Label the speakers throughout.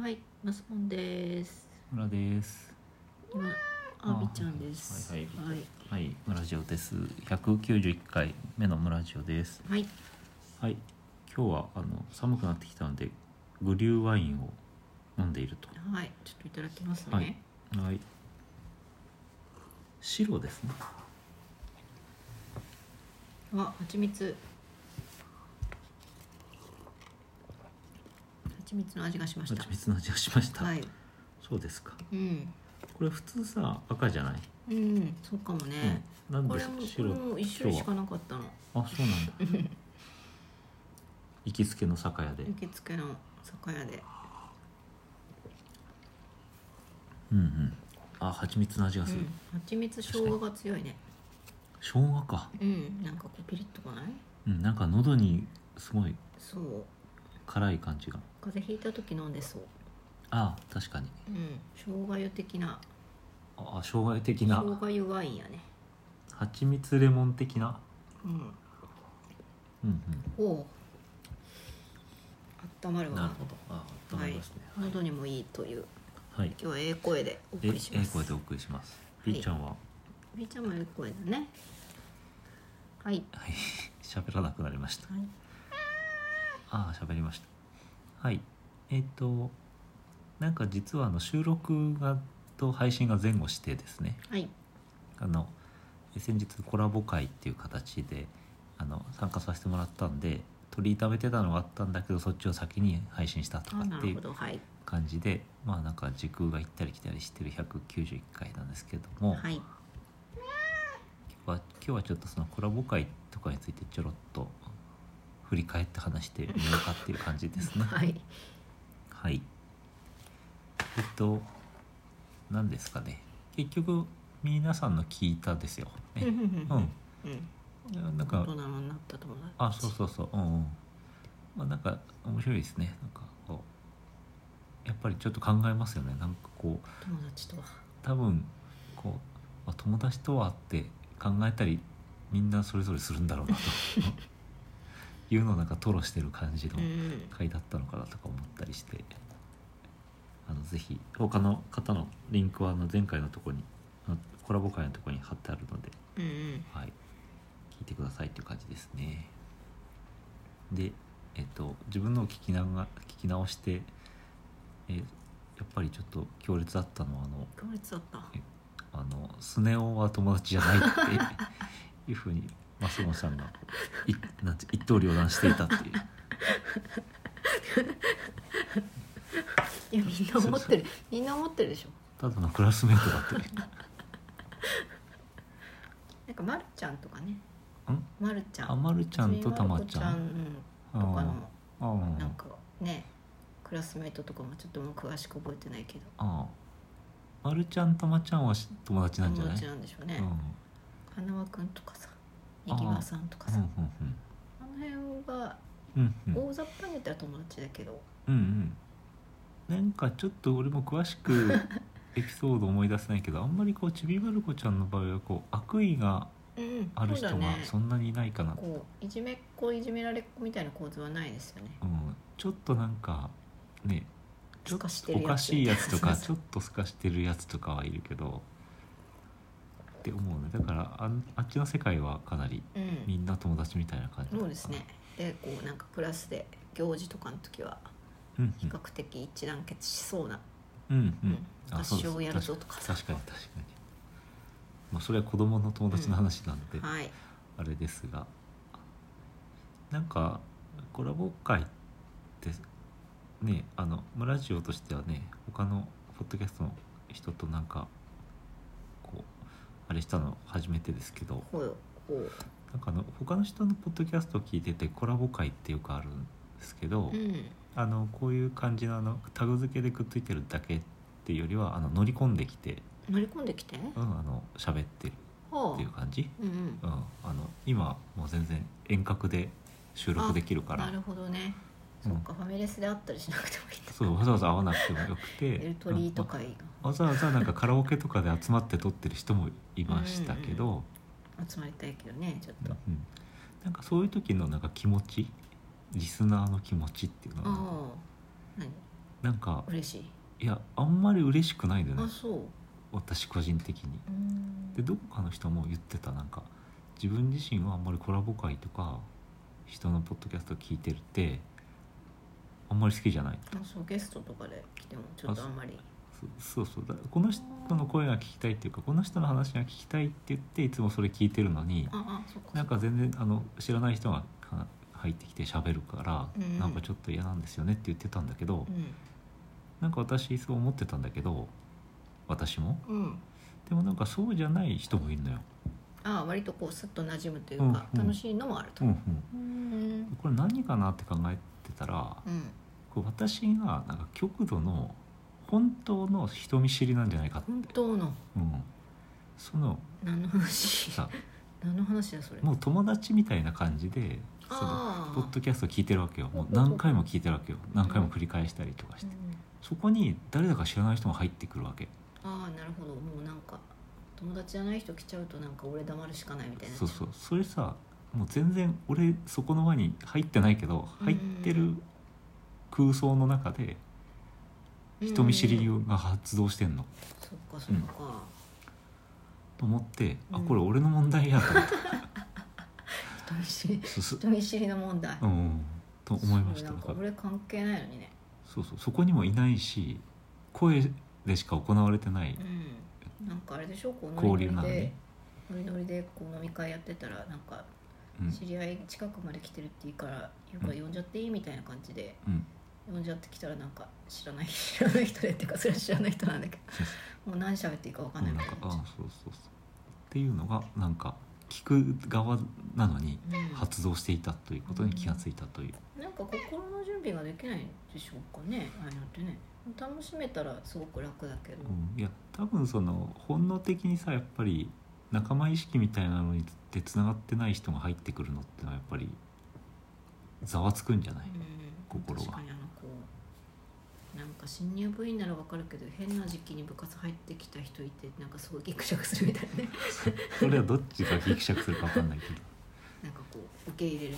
Speaker 1: はい、マスモンです。
Speaker 2: 村です。
Speaker 1: 今、
Speaker 2: あ
Speaker 1: アビちゃんです。
Speaker 2: はい
Speaker 1: はい、
Speaker 2: はい、村ジオです。191回目の村ジオです。
Speaker 1: はい、
Speaker 2: はい、今日はあの寒くなってきたので、グリューワインを飲んでいると。
Speaker 1: はいちょっといただきますね。
Speaker 2: はい、はい。白ですね。
Speaker 1: あ、蜂蜜。蜂蜜の味がしました
Speaker 2: 蜂。蜜の味がしました。
Speaker 1: はい、
Speaker 2: そうですか。
Speaker 1: うん、
Speaker 2: これ普通さ、赤じゃない。
Speaker 1: うん、そうかもね。
Speaker 2: うん、なん
Speaker 1: こ
Speaker 2: で
Speaker 1: れも、これ
Speaker 2: 白。
Speaker 1: も一種類しかなかったの。
Speaker 2: あ、そうなん だ。行きつけの酒屋で。
Speaker 1: 受付の酒屋で。
Speaker 2: うんうん。あ、蜂蜜の味が
Speaker 1: う
Speaker 2: する。
Speaker 1: ん、蜂蜜生姜が強いね。
Speaker 2: 生姜か。
Speaker 1: うん、なんかこうピリッとこない。
Speaker 2: うん、なんか喉にすごい
Speaker 1: そう、
Speaker 2: 辛い感じが
Speaker 1: 風邪ひいた時飲んでそう。
Speaker 2: ああ確かに
Speaker 1: うん、生姜湯的な。
Speaker 2: ああ生姜的
Speaker 1: 生
Speaker 2: な
Speaker 1: 姜湯ワインやね。
Speaker 2: 蜂蜜レモン的な
Speaker 1: うん。
Speaker 2: うん
Speaker 1: おお。あったま
Speaker 2: う
Speaker 1: る
Speaker 2: んなる
Speaker 1: わ。
Speaker 2: ほどああ頼みますね
Speaker 1: 喉にもいいという。
Speaker 2: はい、はい、
Speaker 1: 今日はええ声でお送
Speaker 2: ええ
Speaker 1: りしま
Speaker 2: 声
Speaker 1: す
Speaker 2: で。お送りします
Speaker 1: い
Speaker 2: りっちゃんは
Speaker 1: みーちゃんもええ声だね。はい。
Speaker 2: はい 喋らなくなりました
Speaker 1: はい。
Speaker 2: ああ喋りましたはいえっ、となんか実はあの収録がと配信が前後してですね
Speaker 1: はい。
Speaker 2: あのえ先日コラボ会っていう形であの参加させてもらったんで取り炒めてたのがあったんだけどそっちを先に配信したとか
Speaker 1: あ、な
Speaker 2: ってい
Speaker 1: るほ
Speaker 2: う
Speaker 1: ど。はい。
Speaker 2: 感じでまあなんか時空が行ったり来たりしてる191回なんですけども、
Speaker 1: はい。
Speaker 2: 今日は今日はちょっとそのコラボ会とかについてちょろっと振り返って話してみようかっていう感じですね。
Speaker 1: はい。
Speaker 2: はい。えっと、何ですかね。結局、皆さんの聞いたですよ。
Speaker 1: うん
Speaker 2: ね、うん。
Speaker 1: うん。
Speaker 2: いやなん
Speaker 1: 大
Speaker 2: か
Speaker 1: 人になった友達。
Speaker 2: あそうそうそううんうんまあなんか面白いですねなんかこうやっぱりちょっと考えますよねなんかこう
Speaker 1: 友達とは。
Speaker 2: 多分こう、まあ友達とはって考えたりみんなそれぞれするんだろうなと いうのをなんか吐露してる感じの
Speaker 1: うん。
Speaker 2: 回だったのかなとか思ったりしてあのぜひ他の方のリンクはあの前回のとこにあのコラボ会のとこに貼ってあるので
Speaker 1: うんうん。
Speaker 2: はい、聞いてくださいっていう感じですね。で、えっと、自分のを聞きなが聞き直して、えーやっぱりちょっと強烈だったのは
Speaker 1: 強烈だった。
Speaker 2: あのあのスネ夫は友達じゃないっていうふうに 増野さんがいなんて一刀両断していたっていう。
Speaker 1: いや、みんな思ってる。みんな思ってるでしょ
Speaker 2: ただのクラスメートだっていう
Speaker 1: なんか、まるちゃんとかね。
Speaker 2: ん
Speaker 1: まるちゃん。
Speaker 2: あまるちゃんとたま
Speaker 1: ち
Speaker 2: ち
Speaker 1: ゃ
Speaker 2: ゃ
Speaker 1: ん
Speaker 2: ん
Speaker 1: うんとかの。
Speaker 2: あーあー
Speaker 1: なんかねクラスメイトとかもちょっともう詳しく覚えてないけど
Speaker 2: あーまるちゃんたまちゃんはし友達なんじゃ
Speaker 1: 友
Speaker 2: ない
Speaker 1: 達なんでしょうね、
Speaker 2: うん
Speaker 1: 花輪くんとかさ
Speaker 2: あー
Speaker 1: にぎわさんとか
Speaker 2: うん
Speaker 1: さ
Speaker 2: うん
Speaker 1: あの辺が
Speaker 2: うんうんうん
Speaker 1: 大雑把に言ったら友達だけど、
Speaker 2: うんうん、なんかちょっと俺も詳し くエピソード思い出せないけどあんまりこうちびまる子ちゃんの場合はこう悪意が
Speaker 1: うん
Speaker 2: ある人
Speaker 1: そうだね
Speaker 2: がそんなにいないかな、
Speaker 1: こういじめっ子いじめられっ子みたいな構図はないですよね
Speaker 2: うん、ちょっとなんかねちょっ
Speaker 1: 透かして
Speaker 2: と
Speaker 1: る
Speaker 2: お
Speaker 1: や
Speaker 2: か
Speaker 1: つ
Speaker 2: しいやつとか
Speaker 1: そう
Speaker 2: ちょっとすかしてるやつとかはいるけどって思うねだからあんあっちの世界はかなり
Speaker 1: う
Speaker 2: み
Speaker 1: ん
Speaker 2: んな友達みたいな感じ
Speaker 1: そうですねでこうなんかクラスで行事とかの時は
Speaker 2: うん
Speaker 1: 比較的一致団結しそうな、
Speaker 2: うんうん、
Speaker 1: う
Speaker 2: うんんあ
Speaker 1: 合
Speaker 2: そうです
Speaker 1: 唱やるぞとかさ
Speaker 2: 確かに確かに、まあ、それは子供の友達の話なんで、
Speaker 1: はい
Speaker 2: あれですがなんかコラボ会ってねあの村ジオとしてはね他のポッドキャストの人となんかこうあれしたの初めてですけど
Speaker 1: こうこう
Speaker 2: なんかあの他の人のポッドキャストを聞いててコラボ会ってよくあるんですけど、
Speaker 1: うん
Speaker 2: あのこういう感じのあのタグ付けでくっついてるだけっていうよりはあの乗り込んできて、
Speaker 1: 乗り込んできて、
Speaker 2: うん、あの喋ってる
Speaker 1: ほ
Speaker 2: っていう感じ。
Speaker 1: ううんうん
Speaker 2: うん、あの今もう全然遠隔で収録できるから
Speaker 1: なるほどね、
Speaker 2: うん
Speaker 1: そうかファミレスで会ったりしなくてもいいんだ
Speaker 2: そうわざわざ会わなくてもよくて
Speaker 1: エルトリーとかが
Speaker 2: わざわざなんかカラオケとかで集まって撮ってる人もいましたけど、
Speaker 1: 集まりたいけどねちょっ
Speaker 2: うん
Speaker 1: と、
Speaker 2: なんかそういう時のなんか気持ちリスナーの気持ちっていうの
Speaker 1: あ
Speaker 2: は
Speaker 1: あ何
Speaker 2: なんか
Speaker 1: 嬉しい
Speaker 2: いやあんまり嬉しくないんだよ
Speaker 1: あ
Speaker 2: ね
Speaker 1: そう
Speaker 2: 私個人的に
Speaker 1: うーん
Speaker 2: でどこかの人も言ってたなんか自分自身はあんまりコラボ会とか人のポッドキャスト聞いてるってあんまり好きじゃない
Speaker 1: あそうゲストとかで来てもちょっとあんまり
Speaker 2: そそうそうだこの人の声が聞きたいっていうかこの人の話が聞きたいって言っていつもそれ聞いてるのに
Speaker 1: ああそっか
Speaker 2: なんか全然あの知らない人がは入ってきて喋るから、
Speaker 1: うん
Speaker 2: なんかちょっと嫌なんですよねって言ってたんだけど、
Speaker 1: う
Speaker 2: なんか私そう思ってたんだけど私も
Speaker 1: ん、うん、
Speaker 2: でもなんかそうじゃない人もいるのよ。
Speaker 1: ああ割とこうスッと馴染むというか、
Speaker 2: うんうん
Speaker 1: 楽しいのもあると
Speaker 2: うんうん
Speaker 1: うん
Speaker 2: これ何かなって考えてたら
Speaker 1: うん
Speaker 2: こう私がなんか極度の本当の人見知りなんじゃないかって、
Speaker 1: 本当の
Speaker 2: うん、その
Speaker 1: 何の話
Speaker 2: さ
Speaker 1: 何の話だそれ
Speaker 2: もう友達みたいな感じでその
Speaker 1: あ
Speaker 2: ポッドキャスト聞いてるわけよもう何回も聞いてるわけよ何回も繰り返したりとかして
Speaker 1: うん
Speaker 2: そこに誰だか知らない人が入ってくるわけ
Speaker 1: ああなるほどもうなんか友達じゃない人来ちゃうとなんか俺黙るしかないみたいな
Speaker 2: そうそうそれさもう全然俺そこの輪に入ってないけど入ってる空想の中で人見知り
Speaker 1: を
Speaker 2: が発動してんの
Speaker 1: そっかそっか、
Speaker 2: と思ってあ
Speaker 1: うん
Speaker 2: これ俺の問題やと思 って
Speaker 1: 人見知り
Speaker 2: すす
Speaker 1: 人見知りの問題
Speaker 2: うんうんと思いました
Speaker 1: そ
Speaker 2: だ
Speaker 1: うなんか
Speaker 2: から
Speaker 1: 俺関係ないのにね
Speaker 2: そうそうそこにもいないし声でしか行われてない
Speaker 1: うんなんかあれでしょこうノ
Speaker 2: 交
Speaker 1: リ
Speaker 2: 流なの
Speaker 1: ノリで
Speaker 2: ね、
Speaker 1: ノリノリでこう飲み会やってたらなんか
Speaker 2: うん
Speaker 1: 知り合い近くまで来てるっていいから言うから
Speaker 2: う
Speaker 1: 呼んじゃっていいみたいな感じで
Speaker 2: うん、
Speaker 1: 呼んじゃってきたらなんか知らない知らない人でっていうかそれは知らない人なんだけ
Speaker 2: そうそ
Speaker 1: どもう何喋っていいか分か
Speaker 2: うん
Speaker 1: なんい
Speaker 2: な
Speaker 1: みた
Speaker 2: ん
Speaker 1: い
Speaker 2: か
Speaker 1: な
Speaker 2: あ
Speaker 1: 感
Speaker 2: そうそうそうっていうのがなんか聞く側なのに
Speaker 1: じうん
Speaker 2: 発動していたということに気がついたという、
Speaker 1: なんか心の準備ができないんでしょうかねああいうのってね楽しめたらすごく楽だけど、
Speaker 2: うん、いや多分その本能的にさやっぱり仲間意識みたいなのにってつながってない人が入ってくるのってのはやっぱりざわつくんじゃない、
Speaker 1: うん、
Speaker 2: 心が
Speaker 1: 確かにあのこうなんか新入部員ならわかるけど変な時期に部活入ってきた人いてなんかすごいギクシャクするみたい なね
Speaker 2: それはどっちがぎくしゃくするか分かんないけど
Speaker 1: なんかこう受け入れる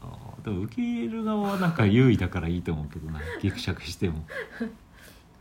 Speaker 1: 側が
Speaker 2: あーでも受け入れる側はなんか優位だからいいと思うけどなぎくしゃくしても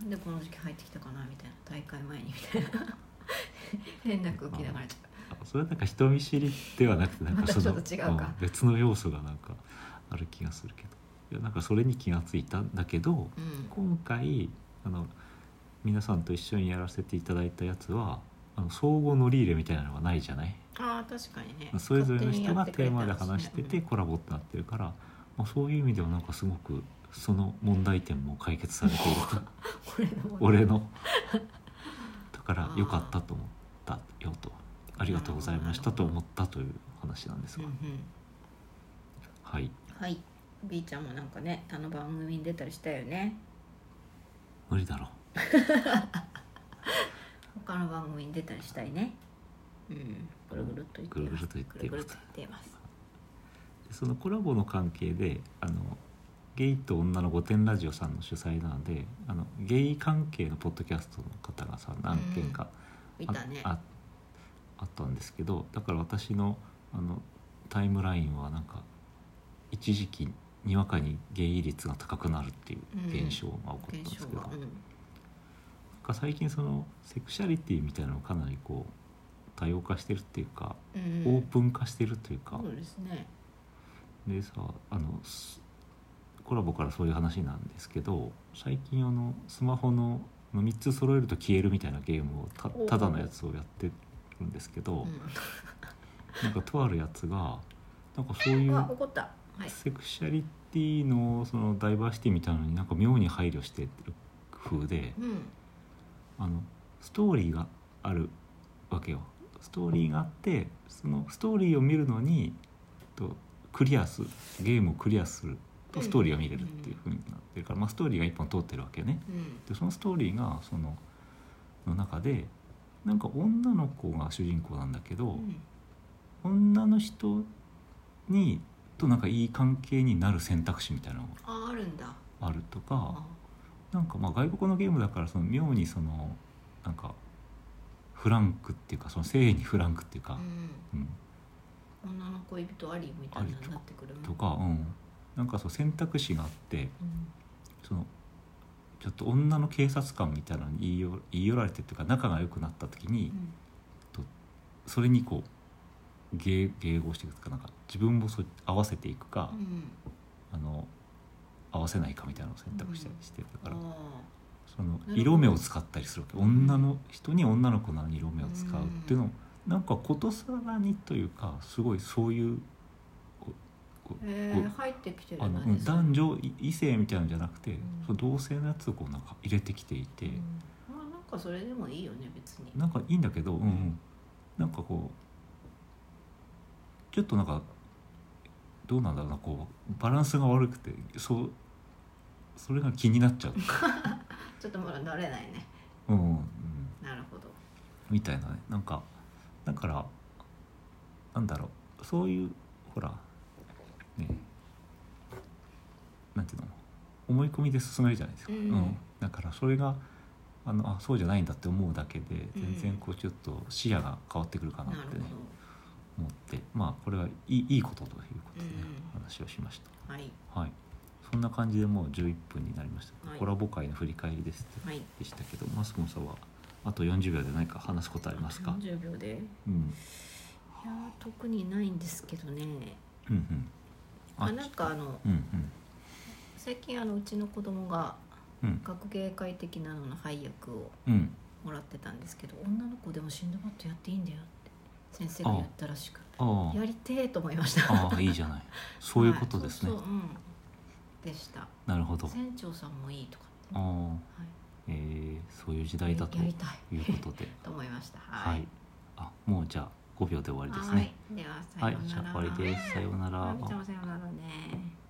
Speaker 1: なんでこの時期入ってきたかなみたいな大会前にみたいな 変な空気流れちゃう
Speaker 2: あそれはなんか人見知りではなくてなんかその、
Speaker 1: またちょっと違うか
Speaker 2: うん別の要素がなんかある気がするけどいやなんかそれに気がついたんだけど
Speaker 1: うん
Speaker 2: 今回あの皆さんと一緒にやらせていただいたやつはあの総合乗り入れみたいなのがないじゃない
Speaker 1: ああ確かにね
Speaker 2: それぞれの人が
Speaker 1: 勝手
Speaker 2: テー
Speaker 1: にや
Speaker 2: マ
Speaker 1: っ
Speaker 2: で
Speaker 1: くれたん
Speaker 2: 話して
Speaker 1: す
Speaker 2: て
Speaker 1: ね
Speaker 2: コラボってなってるから、まあ、そういう意味ではなんかすごくその問題点も解決されていると
Speaker 1: うんこれ
Speaker 2: 俺のだから良かったと思ったよとありがとうございましたと思ったという話なんです
Speaker 1: うん
Speaker 2: が、
Speaker 1: うん
Speaker 2: はい
Speaker 1: はい B ちゃんもなんかねあの番組に出たりしたよね
Speaker 2: 無理だろう
Speaker 1: 他の番組に出たりしたいねうんぐるぐるっと言ってい
Speaker 2: ぐる
Speaker 1: ます
Speaker 2: ぐるっと言っています
Speaker 1: ぐるぐるっと言っています
Speaker 2: でそのコラボの関係であのゲイと女の御殿ラジオさんの主催なのであのゲイ関係のポッドキャストの方がさ何件か
Speaker 1: 見
Speaker 2: あ,、
Speaker 1: たね
Speaker 2: ああったんですけどだから私のあのタイムラインはなんか一時期にわかにゲイ率が高くなるっていう現象が起こったん
Speaker 1: 現
Speaker 2: です
Speaker 1: 象
Speaker 2: けど、
Speaker 1: が、うん、
Speaker 2: なんか最近そのセクシャリティみたいなのをかなりこう多様化してるっていうか、
Speaker 1: うん
Speaker 2: オープン化してるというか、
Speaker 1: そうですね
Speaker 2: でさあのすコラボからそういう話なんですけど最近あのスマホの3つ揃えると消えるみたいなゲームをた
Speaker 1: おう
Speaker 2: ただのやつをやってるんですけど、
Speaker 1: う
Speaker 2: なんかとあるやつがなんかそうい
Speaker 1: ん、
Speaker 2: う
Speaker 1: あ怒ったはい
Speaker 2: セクシャリティのそのダイバーシティみたいなのになんか妙に配慮してる風で
Speaker 1: うん
Speaker 2: あのストーリーがあるわけよ。ストーリーがあってそのストーリーを見るのにとクリアすゲームをクリアするとストーリーが見れるっていうふうになってるから、まあ、ストーリーが一本通ってるわけね。
Speaker 1: うん
Speaker 2: でそのストーリーがそのの中でなんか女の子が主人公なんだけど、
Speaker 1: うん
Speaker 2: 女の人にとなんかいい関係になる選択肢みたいなのが
Speaker 1: ああるんだ
Speaker 2: あるとか。
Speaker 1: あ
Speaker 2: なんかまあ外国のゲームだからその妙にそのなんかフランクっていうかその性にフランクっていうか、
Speaker 1: うん
Speaker 2: うん
Speaker 1: 女の恋人ありみたいなのになってくる
Speaker 2: とか、うん、なんかそう選択肢があって
Speaker 1: うん
Speaker 2: そのちょっと女の警察官みたいなのに言いよ言い寄られてっていうか仲が良くなった時に、
Speaker 1: うん
Speaker 2: それにこう迎迎合していくというかなんか自分もそう合わせていくか、
Speaker 1: うん
Speaker 2: あの合わせないかみたいなのを選択したり
Speaker 1: うん
Speaker 2: してるか
Speaker 1: あ
Speaker 2: ら、
Speaker 1: あ
Speaker 2: その
Speaker 1: ほど
Speaker 2: 色目を使ったりするわけ女の人に女の子なのに色目を使うっていうのを、なんかことさらにというかすごいそういうここ
Speaker 1: え
Speaker 2: こ
Speaker 1: ー、入ってきてる
Speaker 2: あの
Speaker 1: な
Speaker 2: うん男女い異性みたいなのじゃなくて、
Speaker 1: ん
Speaker 2: その同性のやつをこうなんか入れてきていて、
Speaker 1: まあなんかそれでもいいよね別に
Speaker 2: なんかいいんだけど、うんうん、なんかこうちょっとなんかどうなんだろうなこうバランスが悪くてそうそれが気になっ ちゃう、
Speaker 1: ちょっとまだ慣れないね
Speaker 2: うんうんうん、
Speaker 1: なるほど
Speaker 2: みたいなねなんかだからなんだろうそういうほらねなんていうの思い込みで進めるじゃないですか、
Speaker 1: うん
Speaker 2: だからそれがあのあそうじゃないんだって思うだけで
Speaker 1: うん
Speaker 2: 全然こうちょっと視野が変わってくるかな
Speaker 1: な
Speaker 2: っ
Speaker 1: る
Speaker 2: て、
Speaker 1: ほ
Speaker 2: ね
Speaker 1: ど
Speaker 2: 思ってまあこれはいいいいことということでね、
Speaker 1: う
Speaker 2: 話をしまし
Speaker 1: はい
Speaker 2: たはいそんな感じでもう11分になりました、
Speaker 1: はい
Speaker 2: コラボ会の振り返りです
Speaker 1: はい
Speaker 2: でしたけどマスコンさんはあと40秒で何か話すことありますか、
Speaker 1: 30秒でい
Speaker 2: うん、
Speaker 1: やー特にないんですけどね
Speaker 2: うんうん
Speaker 1: あなんかあの
Speaker 2: うんうん
Speaker 1: 最近あのうちの子供が
Speaker 2: うん
Speaker 1: 学芸会的なのの配役を
Speaker 2: うん
Speaker 1: もらってたんですけど女の子でもシンドバッドやっていいんだよって先生が言ったらしく
Speaker 2: あ
Speaker 1: やりてえと思いました
Speaker 2: あああいいじゃないそういうことですね、
Speaker 1: はいそうそううんでした
Speaker 2: なるほど
Speaker 1: 船長さんもいいとかって
Speaker 2: ああ
Speaker 1: はい
Speaker 2: えー、そういう時代だと
Speaker 1: や
Speaker 2: い
Speaker 1: り
Speaker 2: う
Speaker 1: たい
Speaker 2: こと で
Speaker 1: と思いました
Speaker 2: はい、あもうじゃあ5秒で終わりです
Speaker 1: はい
Speaker 2: ね、
Speaker 1: ではさ
Speaker 2: はい、
Speaker 1: よう
Speaker 2: じゃ
Speaker 1: なら
Speaker 2: あ終わりですさようなら
Speaker 1: まみちゃんもさようならね